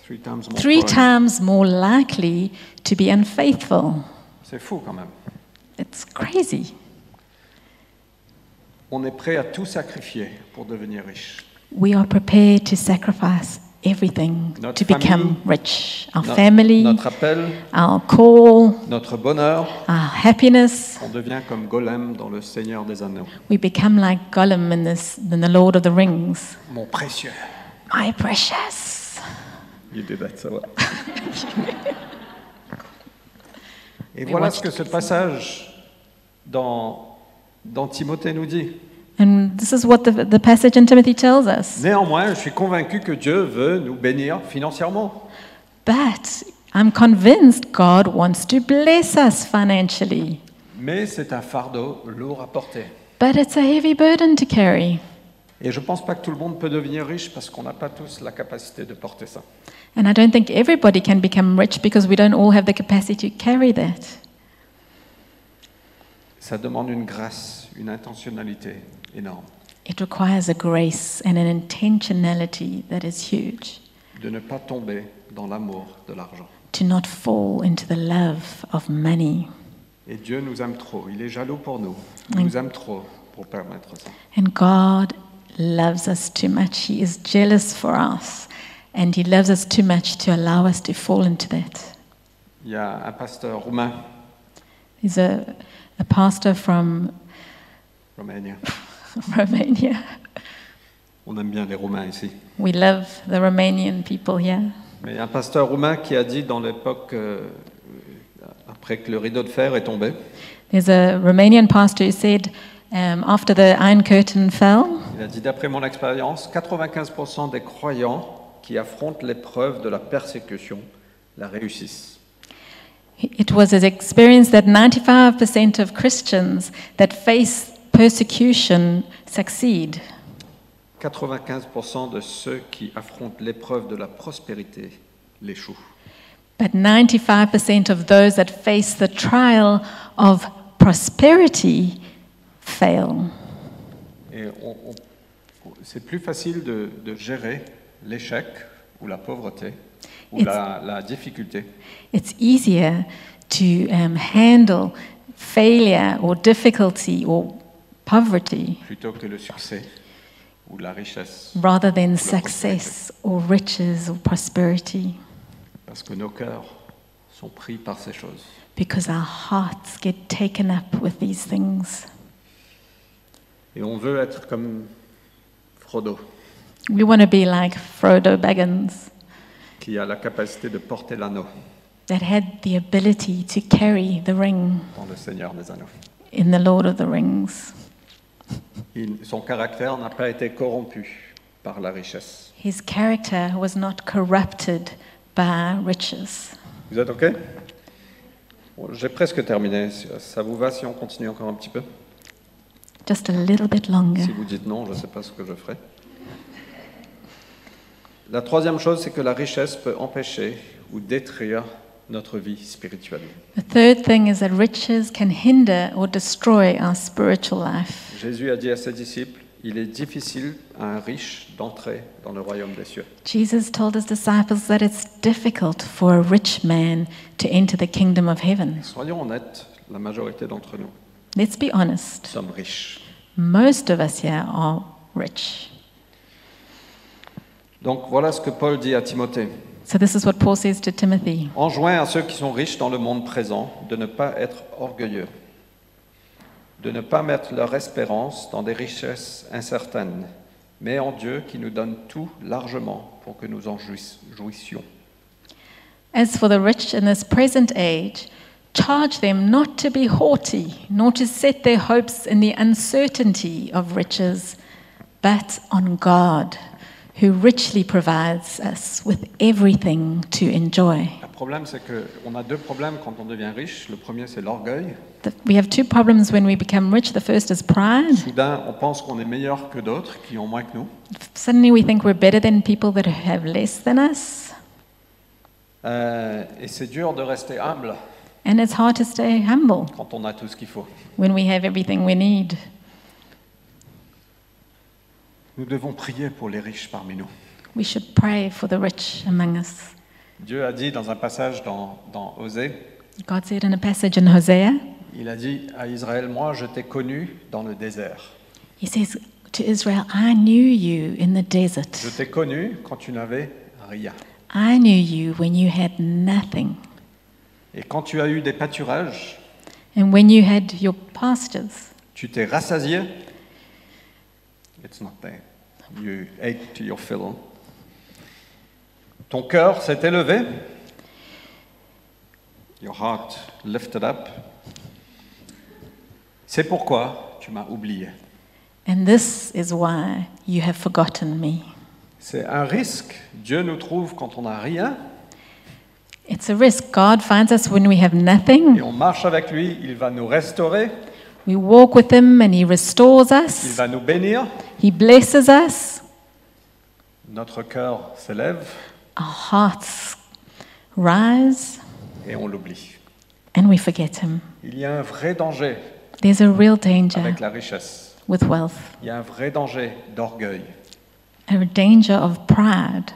Three times more three probably. times more likely to be unfaithful. C'est fou quand même. It's crazy. On est prêt à tout sacrifier pour devenir riche. We are prepared to sacrifice everything Notre to become famille, rich our No- family, Notre appel, our call, notre bonheur, our happiness. on devient comme Golem dans le Seigneur des Anneaux. We become like Gollum in, this, in the Lord of the Rings. Mon précieux. My precious. You did that so well. Et We voilà watched ce que ce passage dans, dans Timothée nous dit. And this is what the, the passage in Timothy tells us. Néanmoins, je suis convaincu que Dieu veut nous bénir financièrement. But I'm convinced God wants to bless us financially. Mais c'est un fardeau lourd à porter. But it's a heavy burden to carry. Et je ne pense pas que tout le monde peut devenir riche parce qu'on n'a pas tous la capacité de porter ça. And I don't think everybody can become rich because we don't all have the capacity to carry that. Ça demande une grâce, une intentionnalité énorme It requires a grace and an intentionality that is huge de ne pas tomber dans l'amour de l'argent. to not fall into the love of money. Et Dieu nous aime trop, il est jaloux pour nous, il nous aime trop pour permettre ça. And God loves us too much. He is jealous for us. And He loves us too much to allow us to fall into that. Il y a un pasteur roumain, He's a, a pastor from Romania. Romania. On aime bien les Roumains ici. We love the Romanian people here. Mais un pasteur roumain qui a dit dans l'époque, euh, après que le rideau de fer est tombé, There's a Romanian pastor who said, um, after the Iron Curtain fell, il a dit D'après mon expérience, 95% des croyants qui affrontent l'épreuve de la persécution la réussissent. It was his experience that 95% of Christians that face persecution succeed. 95% de ceux qui affrontent l'épreuve de la prospérité l'échouent. But 95% of those that face the trial of prosperity fail. Et on- on- c'est plus facile de, de gérer l'échec ou la pauvreté ou It's- la- la difficulté It's easier to um, handle failure or difficulty or poverty plutôt que le succès ou la richesse, rather than success or riches or prosperity parce que nos cœurs sont pris par ces choses. because our hearts get taken up with these things. Et on veut être comme Frodo, We want to be like Frodo Baggins qui a la capacité de porter l'anneau that had the ability to carry the ring dans le Seigneur des Anneaux. in The Lord of the Rings. Il- son caractère n'a pas été corrompu par la richesse. His character was not corrupted by riches. Vous êtes OK Bon, J'ai presque terminé. Ça vous va si on continue encore un petit peu Just a little bit longer. Si vous dites non, je ne sais pas ce que je ferai. La troisième chose, c'est que la richesse peut empêcher ou détruire notre vie spirituelle. The third thing is that riches can hinder or destroy our spiritual life. Jésus a dit à ses disciples, il est difficile à un riche d'entrer dans le royaume des cieux. Jesus told his disciples that it's difficult for a rich man to enter the kingdom of heaven. Soyons honnêtes, la majorité d'entre nous Let's be honest. sommes riches. Most of us here are rich. Donc voilà ce que Paul dit à Timothée. So this is what Paul says to Timothy. Enjoins à ceux qui sont riches dans le monde présent de ne pas être orgueilleux, de ne pas mettre leur espérance dans des richesses incertaines, mais en Dieu qui nous donne tout largement pour que nous en jouiss- jouissions. As for the rich in this present age, charge them not to be haughty, nor to set their hopes in the uncertainty of riches, but on God, who richly provides us with everything to enjoy. Le problème, c'est qu'on a deux problèmes quand on devient riche. Le premier, c'est l'orgueil. The- We have two problems when we become rich. The first is pride. Soudain, on pense qu'on est meilleur que d'autres qui ont moins que nous. Suddenly we think we're better than people that have less than us, Euh, et c'est dur de rester humble and it's hard to stay humble quand on a tout ce qu'il faut. when we have everything we need. Nous devons prier pour les riches parmi nous. We should pray for the rich among us. Dieu a dit dans un passage dans, dans Osée, God said in a passage in Hosea, il a dit à Israël, moi je t'ai connu dans le désert. He says to Israel, I knew you in the Je desert. t'ai connu quand tu n'avais rien. I knew you when you had nothing Et quand tu as eu des pâturages, and when you had your pastures. tu t'es rassasié. It's not there. You ate to your fill. Ton cœur s'est élevé. Your heart lifted up. C'est pourquoi tu m'as oublié. And this is why you have forgotten me. C'est un risque. Dieu nous trouve quand on n'a rien It's a risk. God finds us when we have et nothing. on marche avec lui. Il va nous restaurer, We walk with Him and He restores il us, va nous bénir. He blesses us. Notre cœur s'élève Our hearts rise et on l'oublie. and we forget Him. Il y a un vrai danger There's a real danger avec la richesse. with wealth, Il y a un vrai danger d'orgueil. a danger of pride.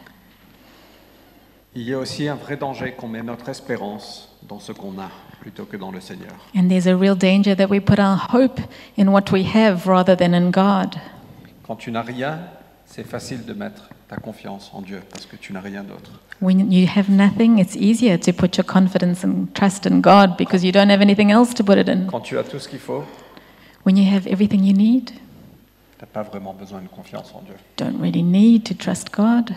Il y a aussi un vrai danger qu'on met notre espérance dans ce qu'on a plutôt que dans le Seigneur. And there's a real danger that we put our hope in what we have rather than in God. Quand tu n'as rien, c'est facile de mettre ta confiance en Dieu parce que tu n'as rien d'autre. When you have nothing, it's easier to put your confidence and trust in God because you don't have anything else to put it in. Quand tu as tout ce qu'il faut, When you have everything you need, tu n'as pas vraiment besoin de confiance en Dieu. don't really need to trust God,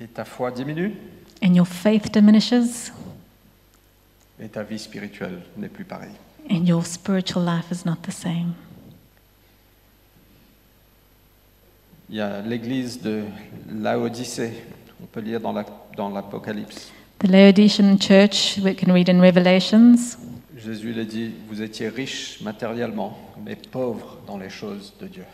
Et ta foi diminue and your faith diminishes, et ta vie spirituelle n'est plus pareille. and your spiritual life is not the same. Il y a l'église de Laodicée, on peut lire dans la- dans l'Apocalypse. The Laodicean church, we can read in Revelations, Jésus l'a dit, vous étiez riches matériellement, mais pauvres dans les choses de Dieu.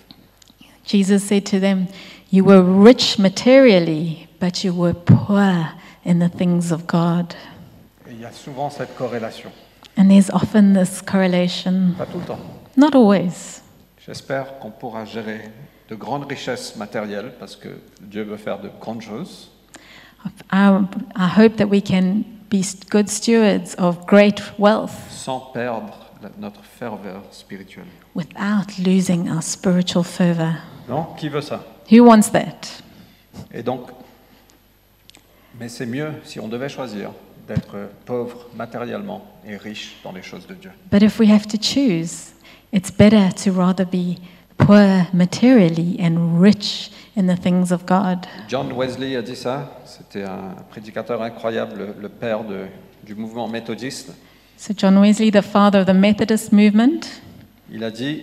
Jesus said to them, You were rich materially, but you were poor in the things of God. Et il y a souvent cette corrélation, And there's often this correlation, pas tout le temps. not always. J'espère qu'on pourra gérer de grandes richesses matérielles, parce que Dieu veut faire de grandes choses, I, I hope that we can be st- good stewards of great wealth sans perdre la- notre ferveur spirituelle. without losing our spiritual fervor. Non Qui veut ça Who wants that? Et donc, mais c'est mieux si on devait choisir d'être pauvre matériellement et riche dans les choses de Dieu. But if we have to choose, it's better to rather be poor materially and rich in the things of God. John Wesley a dit ça, c'était un prédicateur incroyable, le- le père de- du mouvement méthodiste. So, John Wesley, the father of the Methodist movement, Il a dit,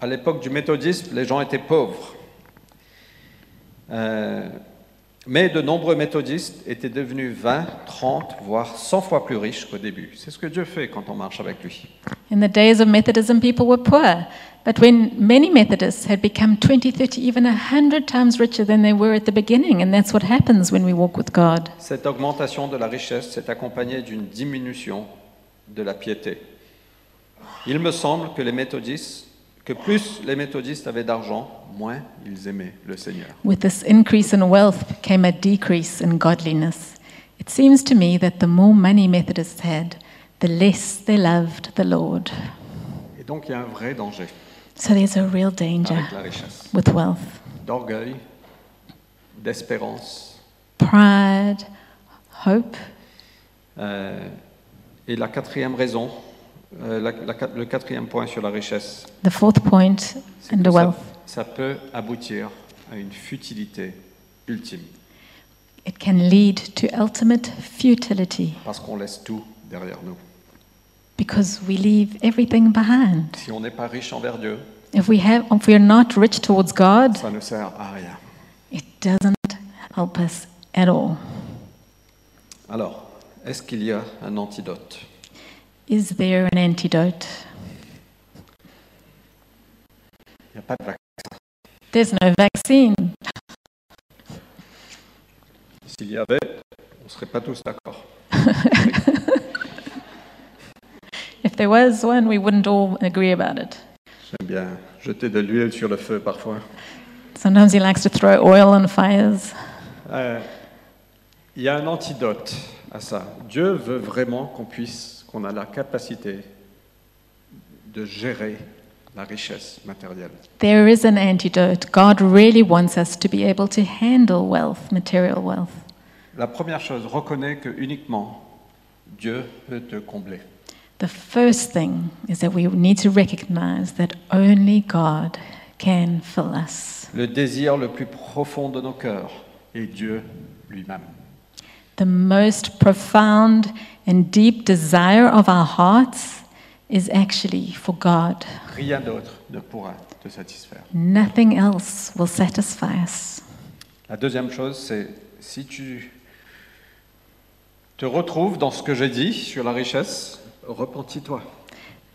à l'époque du méthodisme, les gens étaient pauvres. Euh, Mais de nombreux méthodistes étaient devenus 20, 30, voire 100 fois plus riches qu'au début. C'est ce que Dieu fait quand on marche avec lui. In the days of Methodism, people were poor. But when many Methodists had become 20, 30, even 100 times richer than they were at the beginning, and that's what happens when we walk with God. Cette augmentation de la richesse s'est accompagnée d'une diminution de la piété. Il me semble que les méthodistes, que plus les méthodistes avaient d'argent, moins ils aimaient le Seigneur. With this increase in wealth came a decrease in godliness. It seems to me that the more money Methodists had, the less they loved the Lord. Et donc il y a un vrai danger So there's a real danger avec la richesse, with wealth d'orgueil, d'espérance. pride, hope. Euh, et la quatrième raison, euh, la- la- le quatrième point sur la richesse, The fourth point c'est under que ça, wealth, ça peut aboutir à une futilité ultime, it can lead to ultimate futility parce qu'on laisse tout derrière nous. because we leave everything behind. Si on n'est pas riche envers Dieu, If we have, if we are not rich towards God, ça ne sert à rien. it doesn't help us at all. Alors, est-ce qu'il y a un antidote Is there an antidote? Il n'y a pas de vaccin. There's no vaccine. S'il y avait, on ne serait pas tous d'accord. If there was one, we wouldn't all agree about it. J'aime bien jeter de l'huile sur le feu parfois. Sometimes he likes to throw oil on fires. Euh, Il y a un antidote à ça. Dieu veut vraiment qu'on puisse, qu'on a la capacité de gérer la richesse matérielle. There is an antidote. God really wants us to be able to handle wealth, material wealth. La première chose, reconnais que uniquement Dieu peut te combler. The first thing is that we need to recognize that only God can fill us. Le désir le plus profond de nos cœurs est Dieu lui-même. The most profound and deep desire of our hearts is actually for God. Rien d'autre ne pourra te satisfaire. Nothing else will satisfy us. La deuxième chose, c'est si tu te retrouves dans ce que j'ai dit sur la richesse, repentis-toi.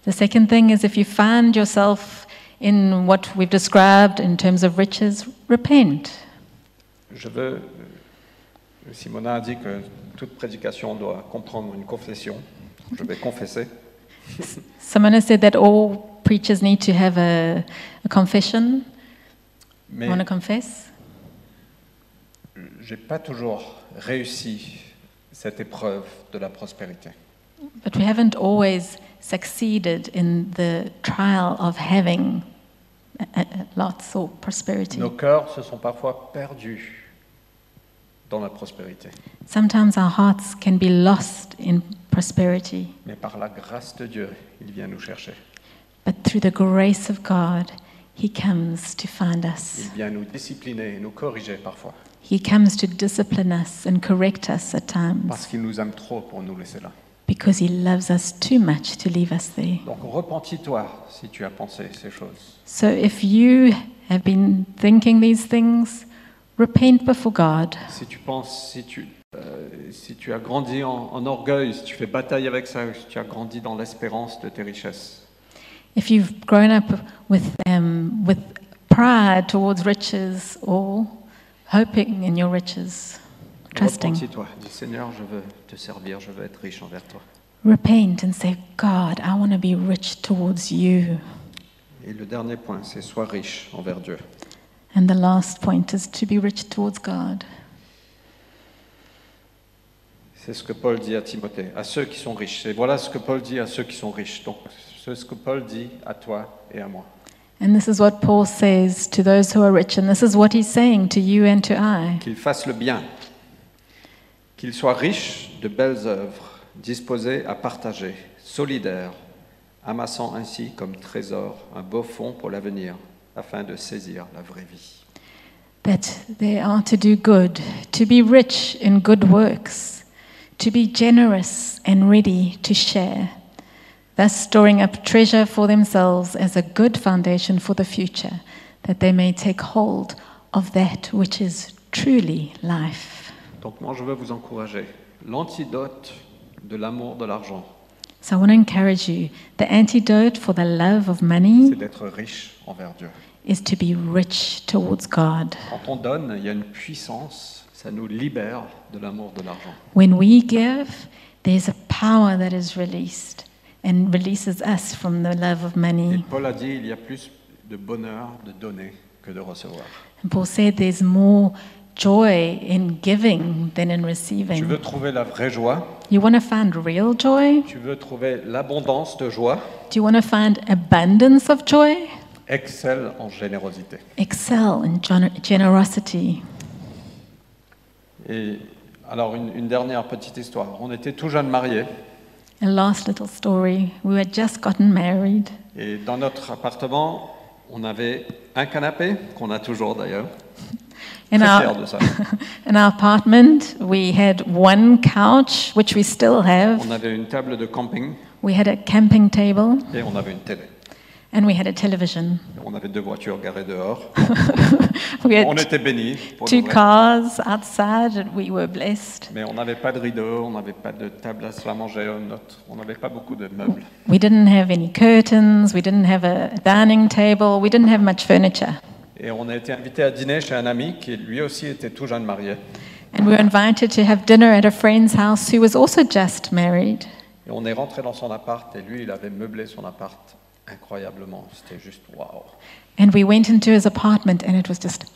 The second thing is if you find yourself in what we've described in terms of riches, repent. Je veux. euh, Simona a dit que toute prédication doit comprendre une confession. Je vais confesser. Someone has said that all preachers need to have a, a confession. Mais want to confess? j'ai pas toujours réussi cette épreuve de la prospérité. But we haven't always succeeded in the trial of having uh, uh, lots or prosperity. Nos cœurs se sont parfois perdus dans la prospérité. Sometimes our hearts can be lost in prosperity, Mais par la grâce de Dieu, il vient nous chercher. but through the grace of God, He comes to find Il us. vient nous discipliner et nous corriger parfois. He comes to discipline us and correct us at Parce times qu'il nous aime trop pour nous laisser là. because He loves us too much to leave us there. Donc repentis-toi si tu as pensé ces choses. So if you have been thinking these things, repent before God. Si tu penses, si tu, euh, si tu as grandi en, en orgueil, si tu fais bataille avec ça, si tu as grandi dans l'espérance de tes richesses, If you've grown up with um, with pride towards riches or hoping in your riches, trusting, repentis-toi. Dis Seigneur, je veux te servir, je veux être riche envers toi. repent and say, God, I want to be rich towards you. Et le dernier point, c'est sois riche envers Dieu. And the last point is to be rich towards God. C'est ce que Paul dit à Timothée, à ceux qui sont riches. Et voilà ce que Paul dit à ceux qui sont riches. Donc c'est ce que Paul dit à toi et à moi. And this is what Paul says to those who are rich, and this is what he's saying to you and to I. Qu'ils fassent le bien, qu'ils soient riches de belles œuvres, disposés à partager, solidaires, amassant ainsi comme trésor un beau fonds pour l'avenir, afin de saisir la vraie vie. that they are to do good, to be rich in good works, to be generous and ready to share, thus storing up treasure for themselves as a good foundation for the future, that they may take hold of that which is truly life. Donc moi, je veux vous encourager. L'antidote de l'amour de l'argent, So I want to encourage you the antidote for the love of money c'est d'être riche envers Dieu. is to be rich towards God. Quand on donne, il y a une puissance, ça nous libère de l'amour de l'argent. When we give, there's a power that is released and releases us from the love of Et money. Paul a dit, il y a plus de bonheur de donner que de recevoir. And Paul said there's more joy in giving than in Tu receiving. veux trouver la vraie joie, You want to find real joy? tu veux trouver l'abondance de joie, Do you want to find abundance of joy? excelle en générosité. Excel in gener- generosity. Et alors, une, une dernière petite histoire. On était tout jeunes mariés, A last little story. We had just gotten married. et dans notre appartement, on avait un canapé, qu'on a toujours d'ailleurs. In Très our, fier de ça. in our apartment, we had one couch, which we still have. On avait une table de camping We had a camping table et on avait une télé. and we had a television. On avait deux voitures garées dehors. We On had était bénis, pour de two vrai. cars outside and we were blessed. mais on n'avait pas de rideau, on n'avait pas de table à se la manger, on notre- on n'avait pas beaucoup de meubles. We didn't have any curtains, we didn't have a dining table, we didn't have much furniture. Et on a été invité à dîner chez un ami qui lui aussi était tout jeune marié. And we were invited to have dinner at a friend's house who was also just married. Et on est rentré dans son appart et lui, il avait meublé son appart incroyablement. C'était juste waouh. And we went into his apartment and it was just,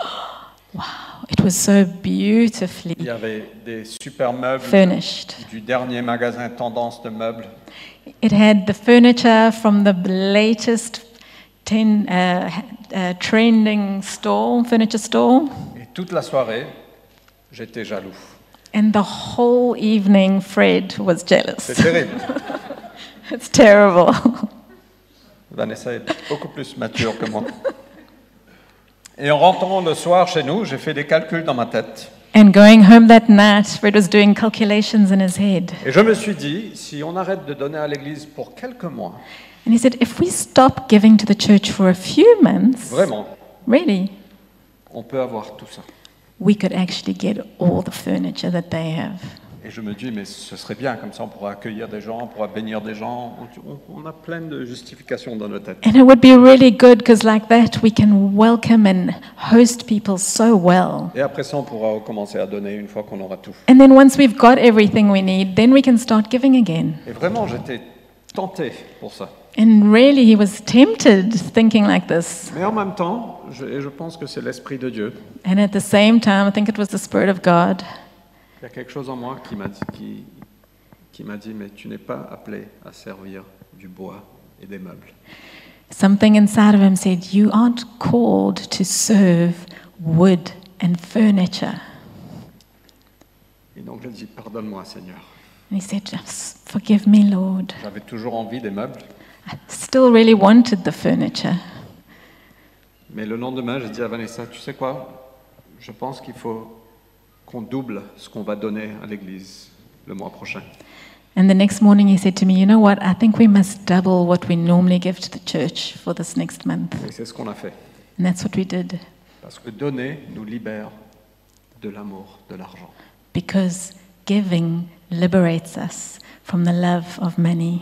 wow, it was so beautifully Il y avait des super meubles furnished. du dernier magasin tendance de meubles. It had the furniture from the latest ten, uh, ha- uh, trending store, furniture store. Et toute la soirée, j'étais jaloux. And the whole evening, Fred was C'est jealous. terrible. it's terrible. Vanessa est beaucoup plus mature que moi. Et en rentrant le soir chez nous, j'ai fait des calculs dans ma tête. and going home that night, Fred was doing calculations in his head. Et je me suis dit, si on arrête de donner à l'Église pour quelques mois, And he said, if we stop giving to the church for a few months, vraiment, really, on peut avoir tout ça. we could actually get all the furniture that they have. Et je me dis, mais ce serait bien, comme ça on pourra accueillir des gens, on pourra bénir des gens. On, on- on a plein de justifications dans nos têtes. And it would be really good because, like that, we can welcome and host people so well. Et après ça, on pourra recommencer à donner une fois qu'on aura tout. And then, once we've got everything we need, then we can start giving again. Et vraiment, j'étais tenté pour ça. And really, he was tempted thinking like this. Mais en même temps, je, et je pense que c'est l'Esprit de Dieu. And at the same time, I think it was the Spirit of God. Il y a quelque chose en moi qui m'a dit, qui, qui m'a dit mais tu n'es pas appelé à servir du bois et des meubles. Something inside of him said, You aren't called to serve wood and furniture. Et donc j'ai dit, pardonne-moi Seigneur. And he said, "Yes, Forgive me, Lord. J'avais toujours envie des meubles, I still really wanted the furniture. mais le lendemain, j'ai dit à Vanessa, tu sais quoi Je pense qu'il faut qu'on double ce qu'on va donner à l'église le mois prochain. And the next morning he said to me, You know what? I think we must double what we normally give to the church for this next month. Et c'est ce qu'on a fait. And that's what we did Parce que donner nous libère de l'amour, de l'argent. because giving liberates us from the love of money.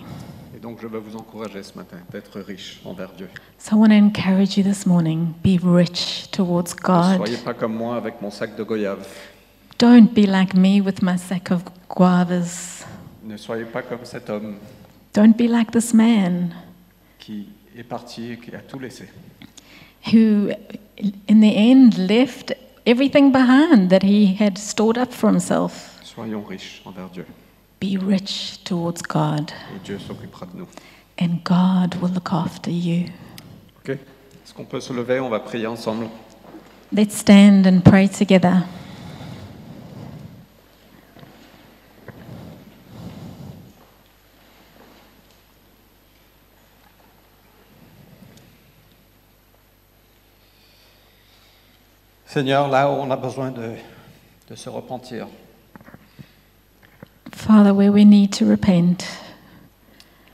Et donc je veux vous encourager ce matin d'être riche envers Dieu. So I want to encourage you this morning be rich towards Ne God. soyez pas comme moi avec mon sac de goyave. Don't be like me with my sack of guavas. Ne soyez pas comme cet homme Don't be like this man qui est parti et qui a tout laissé. who, in the end, left everything behind that he had stored up for himself. Soyons riches envers Dieu Be rich towards God. et Dieu s'occupera de nous. and God will look after you. Ok Est-ce qu'on peut se lever On va prier ensemble. Let's stand and pray together. Seigneur, là où on a besoin de, de se repentir, Father, where we need to repent,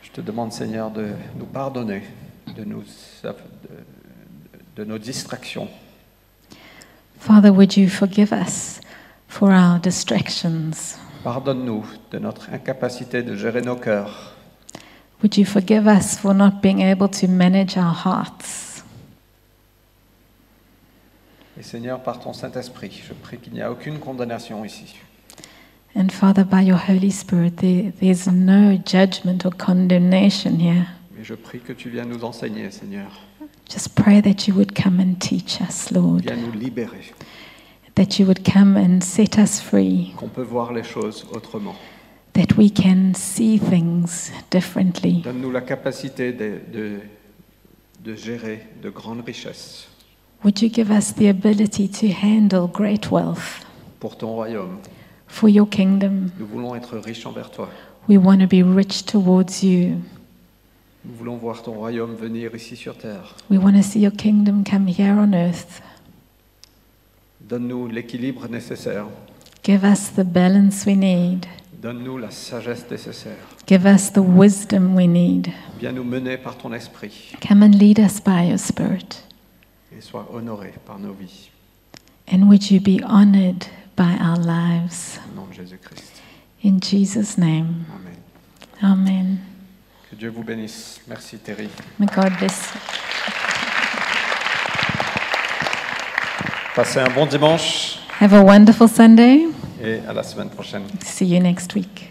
je te demande, Seigneur, de nous pardonner de nos, de- de nos distractions, Father, would you forgive us for our distractions? Pardonne-nous de notre incapacité de gérer nos cœurs. Would you forgive us for not being able to manage our hearts? Et Seigneur, par ton Saint-Esprit, je prie qu'il n'y a aucune condamnation ici. And Father, by your Holy Spirit, there, there's no judgment or condemnation here. Mais je prie que tu viennes nous enseigner, Seigneur. Just pray that you would come and teach us, Lord, Viens nous libérer, that you would come and set us free, qu'on peut voir les choses autrement. that we can see things differently. Donne-nous la capacité de, de- de gérer de grandes richesses Would you give us the ability to handle great wealth pour ton royaume. for your kingdom? Nous voulons être riches envers toi. We want to be rich towards you. Nous voulons voir ton royaume venir ici sur terre. We want to see your kingdom come here on earth. Donne-nous l'équilibre nécessaire. Give us the balance we need. Donne-nous la sagesse nécessaire. Give us the wisdom we need. Viens nous mener par ton esprit Come and lead us by your Spirit. et sois honoré par nos vies. And would you be honored by our lives? Au nom de Jésus-Christ. In Jesus' name, Amen. Amen. Que Dieu vous bénisse. Merci Thierry. May God bless you. Passez un bon dimanche Have a wonderful Sunday. et à la semaine prochaine. See you next week.